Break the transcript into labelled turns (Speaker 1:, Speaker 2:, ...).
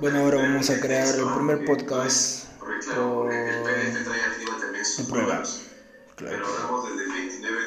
Speaker 1: Bueno, ahora vamos a crear el primer podcast
Speaker 2: Porque claro,
Speaker 1: por
Speaker 2: porque el PD te trae a ti una tendencia
Speaker 1: prueba.
Speaker 2: Pero
Speaker 1: Claro.
Speaker 2: hablamos desde el 29 de